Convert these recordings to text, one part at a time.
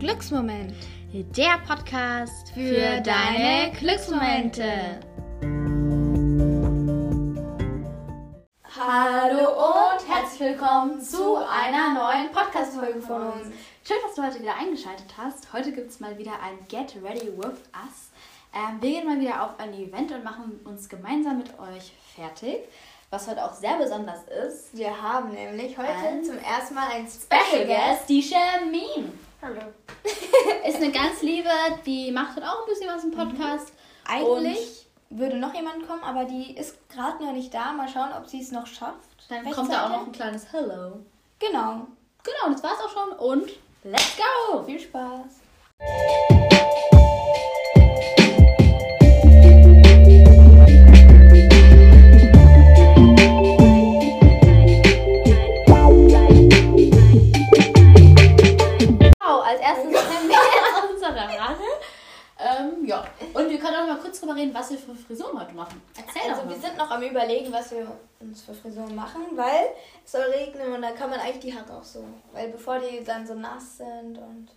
Glücksmoment. Der Podcast für deine Glücksmomente. Hallo und herzlich willkommen zu einer neuen Podcast-Folge von uns. Schön, dass du heute wieder eingeschaltet hast. Heute gibt es mal wieder ein Get Ready with Us. Ähm, wir gehen mal wieder auf ein Event und machen uns gemeinsam mit euch fertig. Was heute auch sehr besonders ist. Wir haben nämlich heute Ein- zum ersten Mal ein Special Guest, die Shamin. Hallo. Ist eine ganz liebe, die macht heute auch ein bisschen was Mhm. im Podcast. Eigentlich würde noch jemand kommen, aber die ist gerade noch nicht da. Mal schauen, ob sie es noch schafft. Dann kommt da auch noch ein Rechtzeitig. kleines Hello. Genau. Genau, das war's auch schon und let's go! Viel Spaß. Wow, Genau, als erstes kennen wir jetzt unsere Haare. Ähm, ja. Und wir können auch mal kurz drüber reden, was wir für Frisuren heute machen. Erzähl Also doch wir mal. sind noch am überlegen, was wir uns für Frisuren machen, weil es soll regnen und dann kann man eigentlich die Haare auch so. Weil bevor die dann so nass sind und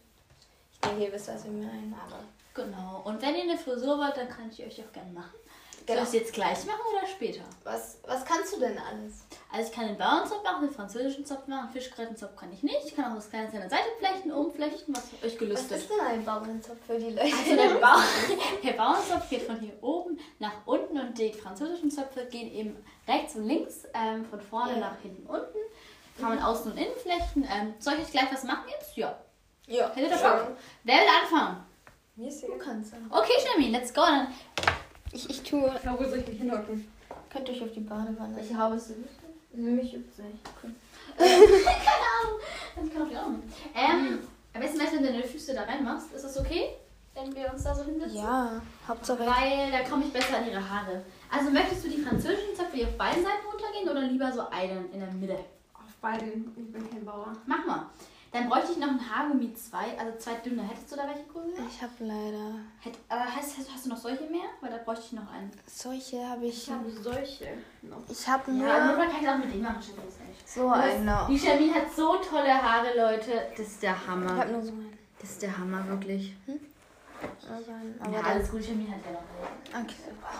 ich denke, ihr wisst, was wir meinen, aber Genau. Und wenn ihr eine Frisur wollt, dann kann ich euch auch gerne machen. Genau. Soll ich es jetzt gleich machen oder später? was, was kannst du denn alles? Also ich kann den Bauernzopf machen, den französischen Zopf machen, Fischgrätenzopf kann ich nicht. Ich kann auch was Kleines an der Seite flechten, umflechten, was euch Was gelüstet. ist denn ein Bauernzopf für die Leute? Also der, Bau der Bauernzopf geht von hier oben nach unten und die französischen Zöpfe gehen eben rechts und links, ähm, von vorne Ja. nach hinten unten. Kann man außen und innen flechten. Ähm, soll ich euch gleich was machen jetzt? Ja. ja. Hättet ihr Bock? Wer will anfangen? Mir ist du kannst ja. Okay, Shami, let's go. Dann Ich, ich tue. Na, wo soll ich mich hinhocken? Könnt ihr euch auf die Badewanne. Haube ist nicht. Mich übt's nicht. Das kann auch die Augen. Ähm, am besten, weißt du, wenn du deine Füße da reinmachst, ist das okay, wenn wir uns da so hinsetzen? Ja, Hauptsache. Weil da komme ich besser an ihre Haare. Also möchtest du die französischen Zöpfe hier auf beiden Seiten runtergehen oder lieber so einen in der Mitte? Auf beiden. Ich bin kein Bauer. Mach mal. Dann bräuchte ich noch ein Haargummi 2, also zwei dünne. Hättest du da welche Größe? Ich habe leider. Hätt, äh, hast, hast, hast du noch solche mehr? Weil da bräuchte ich noch einen. Solche habe ich. habe solche noch. Ich habe Ja, nur ja. aber kann ich auch mit denen machen. stimmt das nicht. so eine. Die Charmin hat so tolle Haare, Leute. Das ist der Ich Hammer. habe nur so einen. Das ist der Hammer, wirklich. Nur so einen. Ja, Aber dann, alles gut, Charmin hat ja noch welche. okay, super.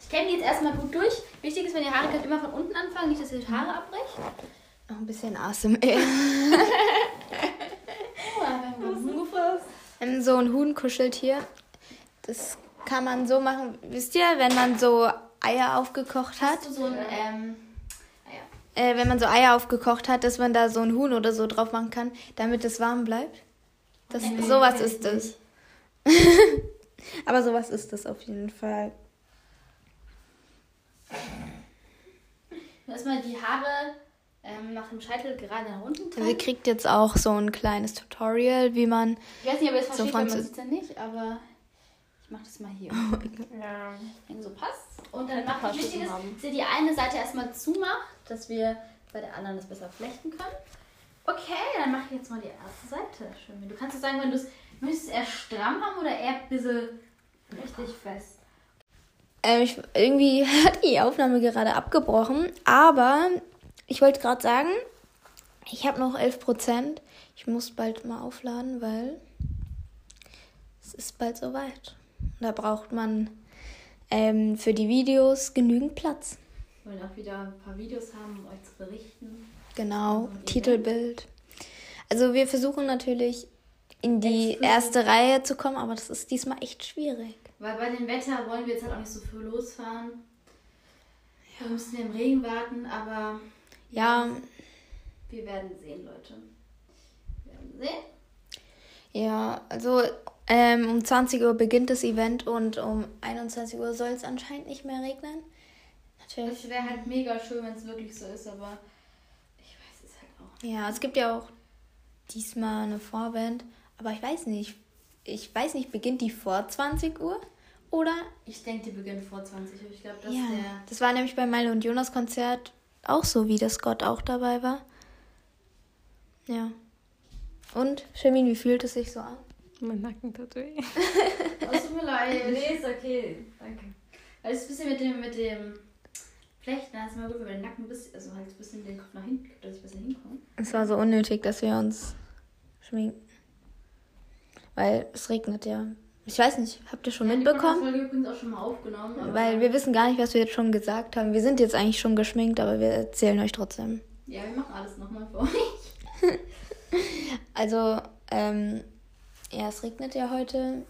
Ich kenne die jetzt erstmal gut durch. Wichtig ist, wenn ihr Haare könnt, immer von unten anfangen, nicht, dass ihr die Haare abbrecht. Noch ein bisschen ASMR. Oh, einfach nur umgefasst. Ähm, So ein Huhn kuschelt hier. Das kann man so machen. Wisst ihr, wenn man so Eier aufgekocht hat? Hast du so ein, ähm, naja. Äh, wenn man so Eier aufgekocht hat, dass man da so ein Huhn oder so drauf machen kann, damit es warm bleibt? Das, Nee, sowas kenn ich ist es. Aber sowas ist es auf jeden Fall. Erstmal die Haare ähm, nach dem Scheitel gerade nach unten Also ihr teilen. kriegt jetzt auch so ein kleines Tutorial, wie man Ich weiß nicht, ob ihr es So versteht, weil man Französ- sieht es ja nicht, aber ich mache das mal hier. Ja. Wenn so passt. Und dann macht ich wichtig ist, dass ihr die eine Seite erstmal zumacht, dass wir bei der anderen das besser flechten können. Okay, dann mache ich jetzt mal die erste Seite. Schön. Du kannst jetzt sagen, wenn du es möchtest, du es eher stramm haben oder eher ein bisschen richtig fest. Ähm, ich, irgendwie hat die Aufnahme gerade abgebrochen, aber ich wollte gerade sagen, ich habe noch 11%. Ich muss bald mal aufladen, weil es ist bald soweit. Da braucht man ähm, für die Videos genügend Platz. Wir wollen auch wieder ein paar Videos haben, um euch zu berichten. Genau, Event. Titelbild. Also wir versuchen natürlich in die Exklusiv. erste Reihe zu kommen, aber das ist diesmal echt schwierig. Weil bei dem Wetter wollen wir jetzt halt auch nicht so früh losfahren. Wir müssen im Regen warten, aber Ja, Wir werden sehen, Leute. Wir werden sehen. Ja, also ähm, um 20 Uhr beginnt das Event und um 21 Uhr soll es anscheinend nicht mehr regnen. Natürlich. Es wäre halt mega schön, wenn es wirklich so ist, aber ich weiß es halt auch. Ja, es gibt ja auch diesmal eine Vorband, aber ich weiß nicht. Ich weiß nicht, beginnt die vor 20 Uhr oder? Ich denke, die beginnt vor 20 Uhr. Ich glaube, das ja. ist der. Das war nämlich bei Milo und Jonas Konzert auch so, wie der Scott auch dabei war. Ja. Und, Chemin, wie fühlt es sich so an? Mein Nacken tut weh. Oh, es tut mir leid. ist okay. Danke. Weil es ist ein bisschen mit dem, mit dem Flechten, da ist mal gut, wenn man den Nacken ein bisschen, also halt ein bisschen den Kopf nach hinten kippt, dass ich besser hinkomme. Es war so unnötig, dass wir uns schminken. Weil es regnet ja. Ich weiß nicht, habt ihr schon mitbekommen? Ich habe übrigens auch schon mal aufgenommen. Aber Weil wir wissen gar nicht, was wir jetzt schon gesagt haben. Wir sind jetzt eigentlich schon geschminkt, aber wir erzählen euch trotzdem. ja, wir machen alles nochmal vor. Also, ähm, ja, es regnet ja heute.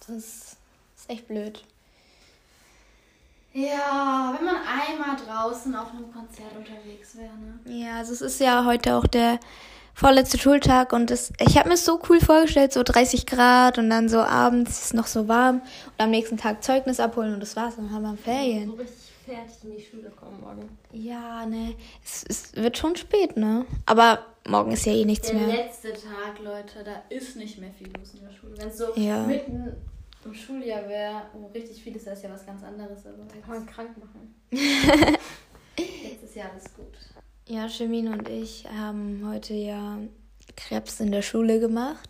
Das ist, ist echt blöd. Ja, wenn man einmal draußen auf einem Konzert unterwegs wäre, ne? Ja, also es ist ja heute auch der vorletzte Schultag und es, ich habe mir es so cool vorgestellt, so 30 Grad und dann so abends ist es noch so warm und am nächsten Tag Zeugnis abholen und das war's, dann haben wir Ferien. So richtig fertig in die Schule kommen morgen. Ja, ne, es, es wird schon spät, ne? Aber morgen ist ja eh nichts Der mehr. letzte Tag, Leute, da ist nicht mehr viel los in der Schule. Wenn es so Ja. mitten im Schuljahr wäre, wo richtig viel ist, das ist ja was ganz anderes. Aber Da kann man jetzt, krank machen. jetzt ist ja alles gut. Ja, Chemin und ich haben heute ja Krebs in der Schule gemacht.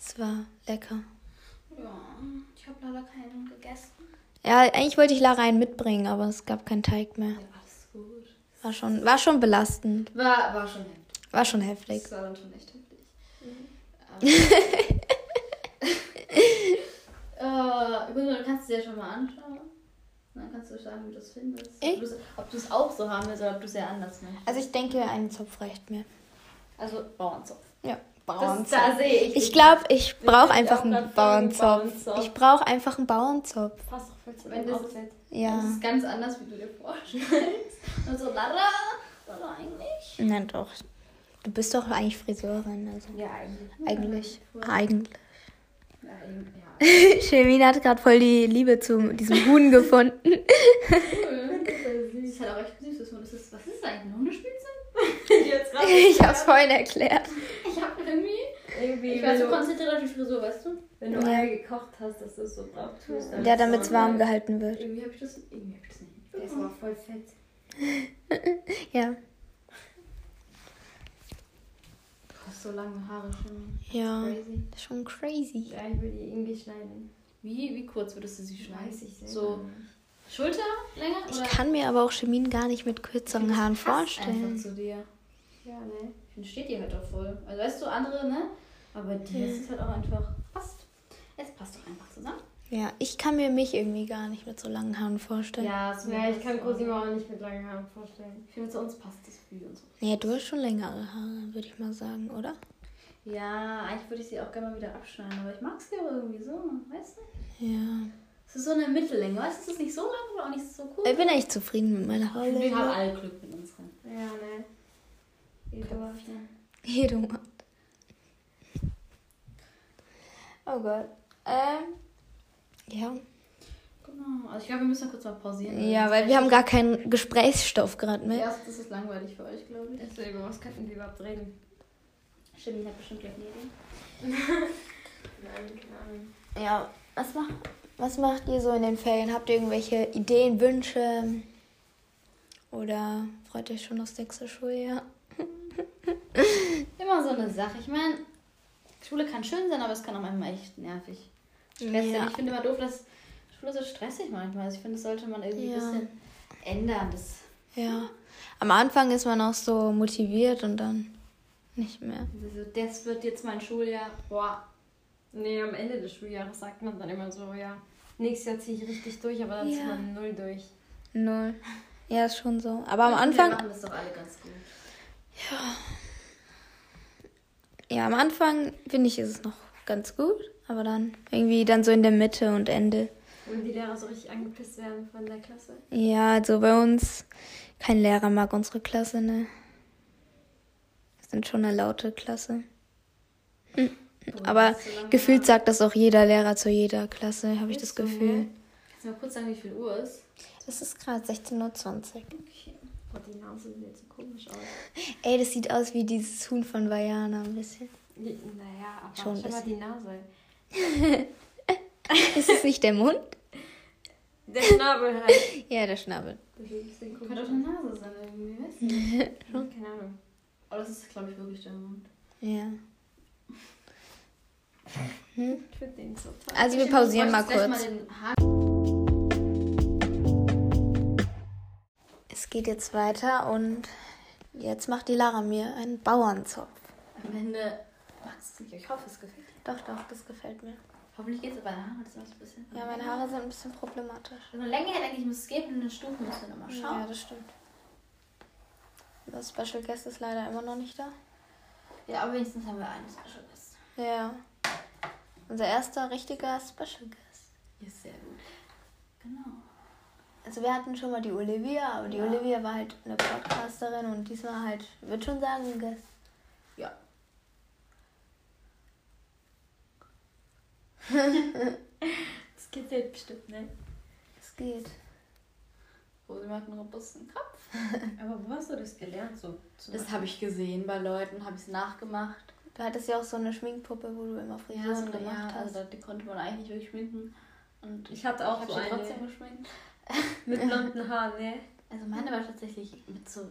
Es war lecker. Ja, ich habe leider keinen gegessen. Ja, eigentlich wollte ich Lara einen mitbringen, aber es gab keinen Teig mehr. Ja, alles gut. War schon, war schon belastend. War, war schon heftig. War schon heftig. Das war dann schon echt heftig. Mhm. Ähm. Aber, äh, übrigens, du kannst es dir schon mal anschauen. Und Dann kannst du sagen, wie du es findest. Ich? Ob du's- Ob du es auch so haben willst oder ob du es ja anders möchtest. Also ich denke, ein Zopf reicht mir. Also Bauernzopf. Ja, Das, da sehe ich. Ich glaube, ich brauche Ich einfach auch einen grad voll den Bauernzopf. Bauernzopf. Ich brauche einfach einen Bauernzopf. Passt doch voll zu Wenn meinem das- Outfit. Das Ja. ist ganz anders, wie du dir vorstellst. Und so, Lara, Lara eigentlich? Nein, doch. Du bist doch eigentlich Friseurin, also Ja, eigentlich. eigentlich. Eigentlich. Ja, eben, ja. Chemin hat gerade voll die Liebe zu diesem Huhn gefunden. Cool. Das ist halt auch echt süß, dass man das ist. Was ist das eigentlich? Eine Hundespielzeug? Jetzt gerade. Ich hab's vorhin erklärt. Ich habe irgendwie. Irgendwie, Ich war wenn so du, konzentriert auf die Frisur, weißt du? wenn du Eier gekocht hast, dass du es so drauf tust. Ja, damit es warm gehalten wird. Irgendwie habe ich das. Irgendwie habe ich das nicht. Der ist aber voll fett. Ja. Du hast so lange Haare schon. Ja. Crazy. Schon crazy. Ja, ich will die irgendwie schneiden. Wie, wie kurz würdest du sie schneiden? ich So. Schulterlänge? Ich oder- kann mir aber auch Chemin gar nicht mit kürzeren Haaren Passt vorstellen. Einfach zu dir. Ja, ne? Ich finde, steht dir halt auch voll. Also weißt du, andere, ne? Aber dir ist es halt auch einfach. Passt. Es passt doch einfach zusammen. Ja, ich kann mir mich irgendwie gar nicht mit so langen Haaren vorstellen. Ja, Ja, ich kann Cosima. Cosima auch nicht mit langen Haaren vorstellen. Ich finde, zu uns passt das Früh und so. Naja, du hast schon längere Haare, würde ich mal sagen, oder? Ja, eigentlich würde ich sie auch gerne mal wieder abschneiden, aber ich mag sie ja irgendwie so, weißt du? Ja. Es ist so eine Mittellänge, weißt du? Es ist nicht so lang, aber auch nicht so kurz. Ich bin echt zufrieden mit meiner Wir haben Haarlänge. halt alle Glück mit unseren Ja, ne? Eduard. Köpfchen. Hey, du Mann. Oh Gott. Ähm. Ja. Genau. Also ich glaube, wir müssen kurz mal pausieren. Ja, weil wir haben gar keinen Gesprächsstoff gerade mehr. Erst ist es langweilig für euch, glaube ich. Deswegen, was könnten wir überhaupt reden? Stimmt, hat bestimmt gleich Nägel. Nein, keine Ahnung. Ja. Was macht, was macht ihr so in den Ferien? Habt ihr irgendwelche Ideen, Wünsche? Oder freut euch schon aufs nächste Schuljahr? Immer so eine Sache. Ich meine, Schule kann schön sein, aber es kann auch manchmal echt nervig. Stress sein. Ja. Ich finde immer doof, dass Schule so stressig manchmal ist. Ich finde, das sollte man irgendwie Ja. ein bisschen ändern. Das Ja. Am Anfang ist man auch so motiviert und dann nicht mehr. Also das wird jetzt mein Schuljahr. Boah. Nee, am Ende des Schuljahres sagt man dann immer so, ja, nächstes Jahr ziehe ich richtig durch, aber dann zieht Ja. man null durch. Null. Ja, ist schon so. Aber am Wir Anfang, machen das doch alle ganz gut. ja, am Anfang finde ich, ist es noch ganz gut. Aber dann irgendwie dann so in der Mitte und Ende. Und die Lehrer so richtig angepisst werden von der Klasse. Ja, also bei uns, kein Lehrer mag unsere Klasse, ne? Wir sind schon eine laute Klasse. Hm. Aber gefühlt sagt das auch jeder Lehrer zu jeder Klasse, habe ich das Ist so, Gefühl. Kannst du mal kurz sagen, wie viel Uhr ist? ne? Es ist gerade 16.20 Uhr. Okay. Boah, die Nase sieht jetzt so komisch aus. Ey, das sieht aus wie dieses Huhn von Vajana ein bisschen. Die- Naja, aber Schon ein schau mal die Nase. Ist es nicht der Mund? Der Schnabel halt. Ja, der Schnabel. Das sieht ein bisschen komisch Könnte auch aus. eine Nase sein irgendwie, weißt du? Keine Ahnung. Aber das ist, glaube ich, wirklich der Mund. Ja. Hm? Ich finde den so toll. Also wir pausieren mal kurz. Es geht jetzt weiter und jetzt macht die Lara mir einen Bauernzopf. Am Ende mag das ist nicht. Ich hoffe, es gefällt dir. Doch, doch, das gefällt mir. Hoffentlich geht es aber nachher. Das ist noch so ein bisschen. Ja, meine Haare sind ein bisschen problematisch. Also Länge her denke ich, muss es geben und den Stufen müssen wir nochmal schauen. Ja, das stimmt. Der Special Guest ist leider immer noch nicht da. Ja, aber wenigstens haben wir einen Special Guest. Ja. Unser erster richtiger Special Guest. Ist sehr gut. Genau. Also wir hatten schon mal die Olivia, aber die Ja. Olivia war halt eine Podcasterin und diesmal halt, würde schon sagen, ein Guest. Ja. das kitzelt bestimmt, ne? Es geht. Rosemar hat einen robusten Kopf. Aber wo hast du das gelernt? So zum Das habe ich gesehen bei Leuten, habe ich es nachgemacht. Du hattest ja auch so eine Schminkpuppe, wo du immer Ja, Frisuren gemacht ja, hast. also die konnte man eigentlich nicht wirklich schminken. Und Ich hatte auch hab so sie eine. trotzdem geschminkt. mit blonden Haaren, ne? Also meine war tatsächlich mit so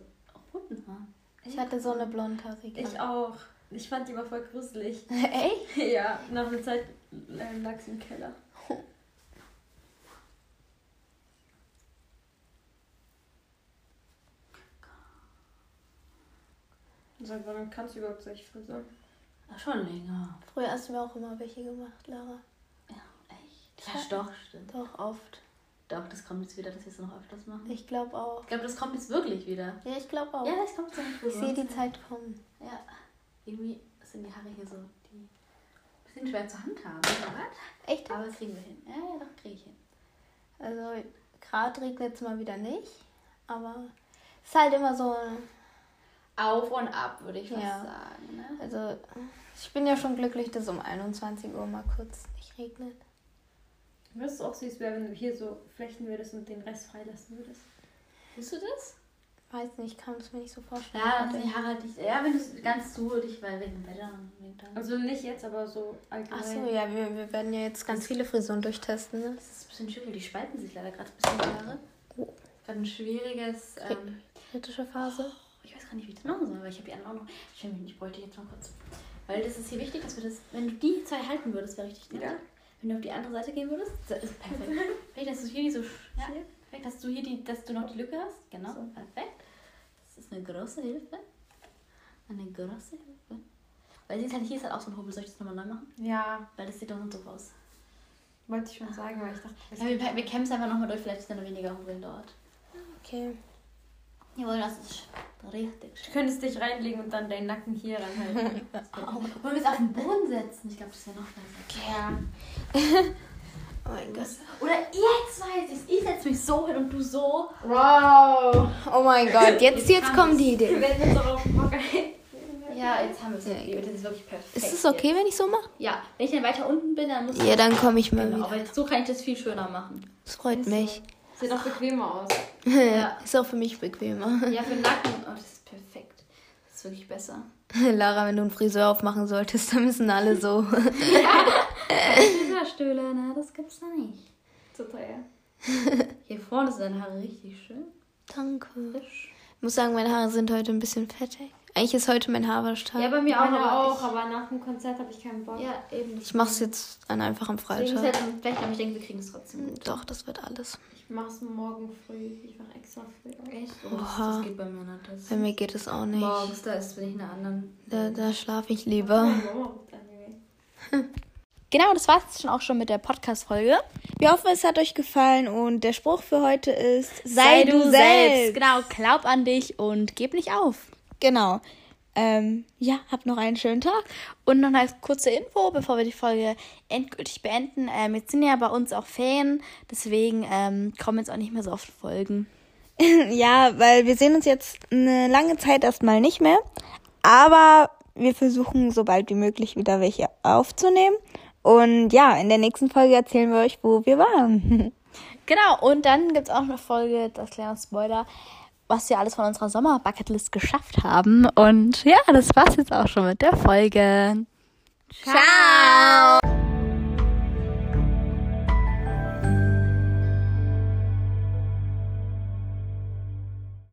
roten Haaren. Ich hatte so eine blondhaarige. Ich auch. Ich fand die mal voll gruselig. Echt? ja, nach einer Zeit äh, lag sie im Keller. Seit wann kannst du überhaupt solche Frisuren? Ach, schon länger. Früher hast du mir auch immer welche gemacht, Lara. Echt? Ja, doch, stimmt. Doch, oft. Doch, das kommt jetzt wieder, dass wir es noch öfters machen. Ich glaube auch. Ich glaube, das kommt jetzt wirklich wieder. Ja, ich glaube auch. Ja, das kommt so nicht ich sehe die Zeit kommen. Ja. Irgendwie sind die Haare hier so, die ein bisschen schwer zu handhaben, oder? Echt? Aber das kriegen wir hin. Ja, ja, doch, kriege ich hin. Also, gerade regnet es mal wieder nicht. Aber es ist halt immer so. Auf und ab, würde ich fast Ja. sagen. Ne? Also, ich bin ja schon glücklich, dass um 21 Uhr mal kurz nicht regnet. Würdest du auch süß wäre, wenn du hier so flechten würdest und den Rest freilassen würdest? Siehst du das? Weiß nicht, ich kann es mir nicht so vorstellen. Ja, dann sind die Haare halt nicht. Ja, wenn du es ganz zu dich, weil wegen dem Wetter und wegen dem Also nicht jetzt, aber so allgemein. Achso, ja, wir, wir werden ja jetzt ganz viele Frisuren durchtesten. Ne? Das ist ein bisschen schwierig, die spalten sich leider gerade ein bisschen die Haare. Oh. Gerade ein schwieriges. Ähm, Kritische Phase. ich weiß gar nicht, wie ich das machen soll, weil ich habe die anderen auch noch. Ich, will mich- ich wollte jetzt mal kurz. Weil das ist hier wichtig, dass wir das. Wenn du die zwei halten würdest, wäre richtig nett. Ja. Wenn du auf die andere Seite gehen würdest, das ist perfekt. perfekt, dass du hier die so. sch- Ja, perfekt, dass du hier die, dass du noch die Lücke hast. Genau, perfekt. Das ist eine große Hilfe. Eine große Hilfe. Weil sie ist halt, hier ist halt auch so ein Hobel. Soll ich das nochmal neu machen? Ja, Weil das sieht doch sonst so aus. wollte ich schon sagen, weil ich dachte, Ja, wir, wir kämpfen es einfach nochmal durch, vielleicht ist dann weniger Hobel dort. Okay. Jawohl, das ist richtig du schön. könntest dich reinlegen und dann deinen Nacken hier ranhalten. Oh, Wollen wir es auf den Boden setzen? Ich glaube, das wäre noch besser. ja. Oh mein Gott. Oder jetzt weiß ich's. Ich setze mich so hin und du so. Wow. Oh mein Gott, jetzt, jetzt kommen die Wir Ideen. werden uns auch auf den Bock ein. Ja, jetzt haben wir es. Ja, Okay, das ist wirklich perfekt. Ist es okay, wenn ich so mache? jetzt. Ja, wenn ich dann weiter unten bin, dann muss ich. Ja, dann komme ich mal Genau, wieder. aber jetzt so kann ich das viel schöner machen. Das freut mich. Sieht auch bequemer aus. Ja, Ist auch für mich bequemer. ja für den Nacken. Oh, das ist perfekt. Das ist wirklich besser. Lara, wenn du einen Friseur aufmachen solltest, dann müssen alle so. Stühle, ne? Das gibt's da nicht. Zu teuer. Hier vorne sind deine Haare richtig schön. Danke. Frisch. Ich muss sagen, meine Haare sind heute ein bisschen fettig. Eigentlich ist heute mein Haarwaschtag. Ja, bei mir auch. Meine aber auch, aber nach dem Konzert habe ich keinen Bock. Ich, ja, eben. ich mache es jetzt dann einfach am Deswegen ist Freitag. halt so schlecht, aber ich denke, wir kriegen es trotzdem. Doch, das wird alles. Ich mach's morgen früh. Ich mach extra früh. auf. Echt? Oh, das- Oha. das geht bei mir nicht. Bei mir geht es auch nicht. Morgens, da ist, bin ich in einer anderen. Da, da schlafe ich Meine lieber. Mama ruft an, Junge. Genau, das war's schon auch schon mit der Podcast-Folge. Wir hoffen, es hat euch gefallen und der Spruch für heute ist: Sei, du selbst. Genau, glaub an dich und gib nicht auf. Genau. Ähm, ja, habt noch einen schönen Tag. Und noch eine kurze Info, bevor wir die Folge endgültig beenden. Ähm, jetzt sind ja bei uns auch Ferien, deswegen ähm, kommen jetzt auch nicht mehr so oft Folgen. Ja, weil wir sehen uns jetzt eine lange Zeit erstmal nicht mehr. Aber wir versuchen, so bald wie möglich wieder welche aufzunehmen. Und ja, in der nächsten Folge erzählen wir euch, wo wir waren. Genau, und dann gibt es auch eine Folge, das kleiner Spoiler, was wir alles von unserer Sommer-Bucketlist geschafft haben. Und ja, das war's jetzt auch schon mit der Folge. Ciao!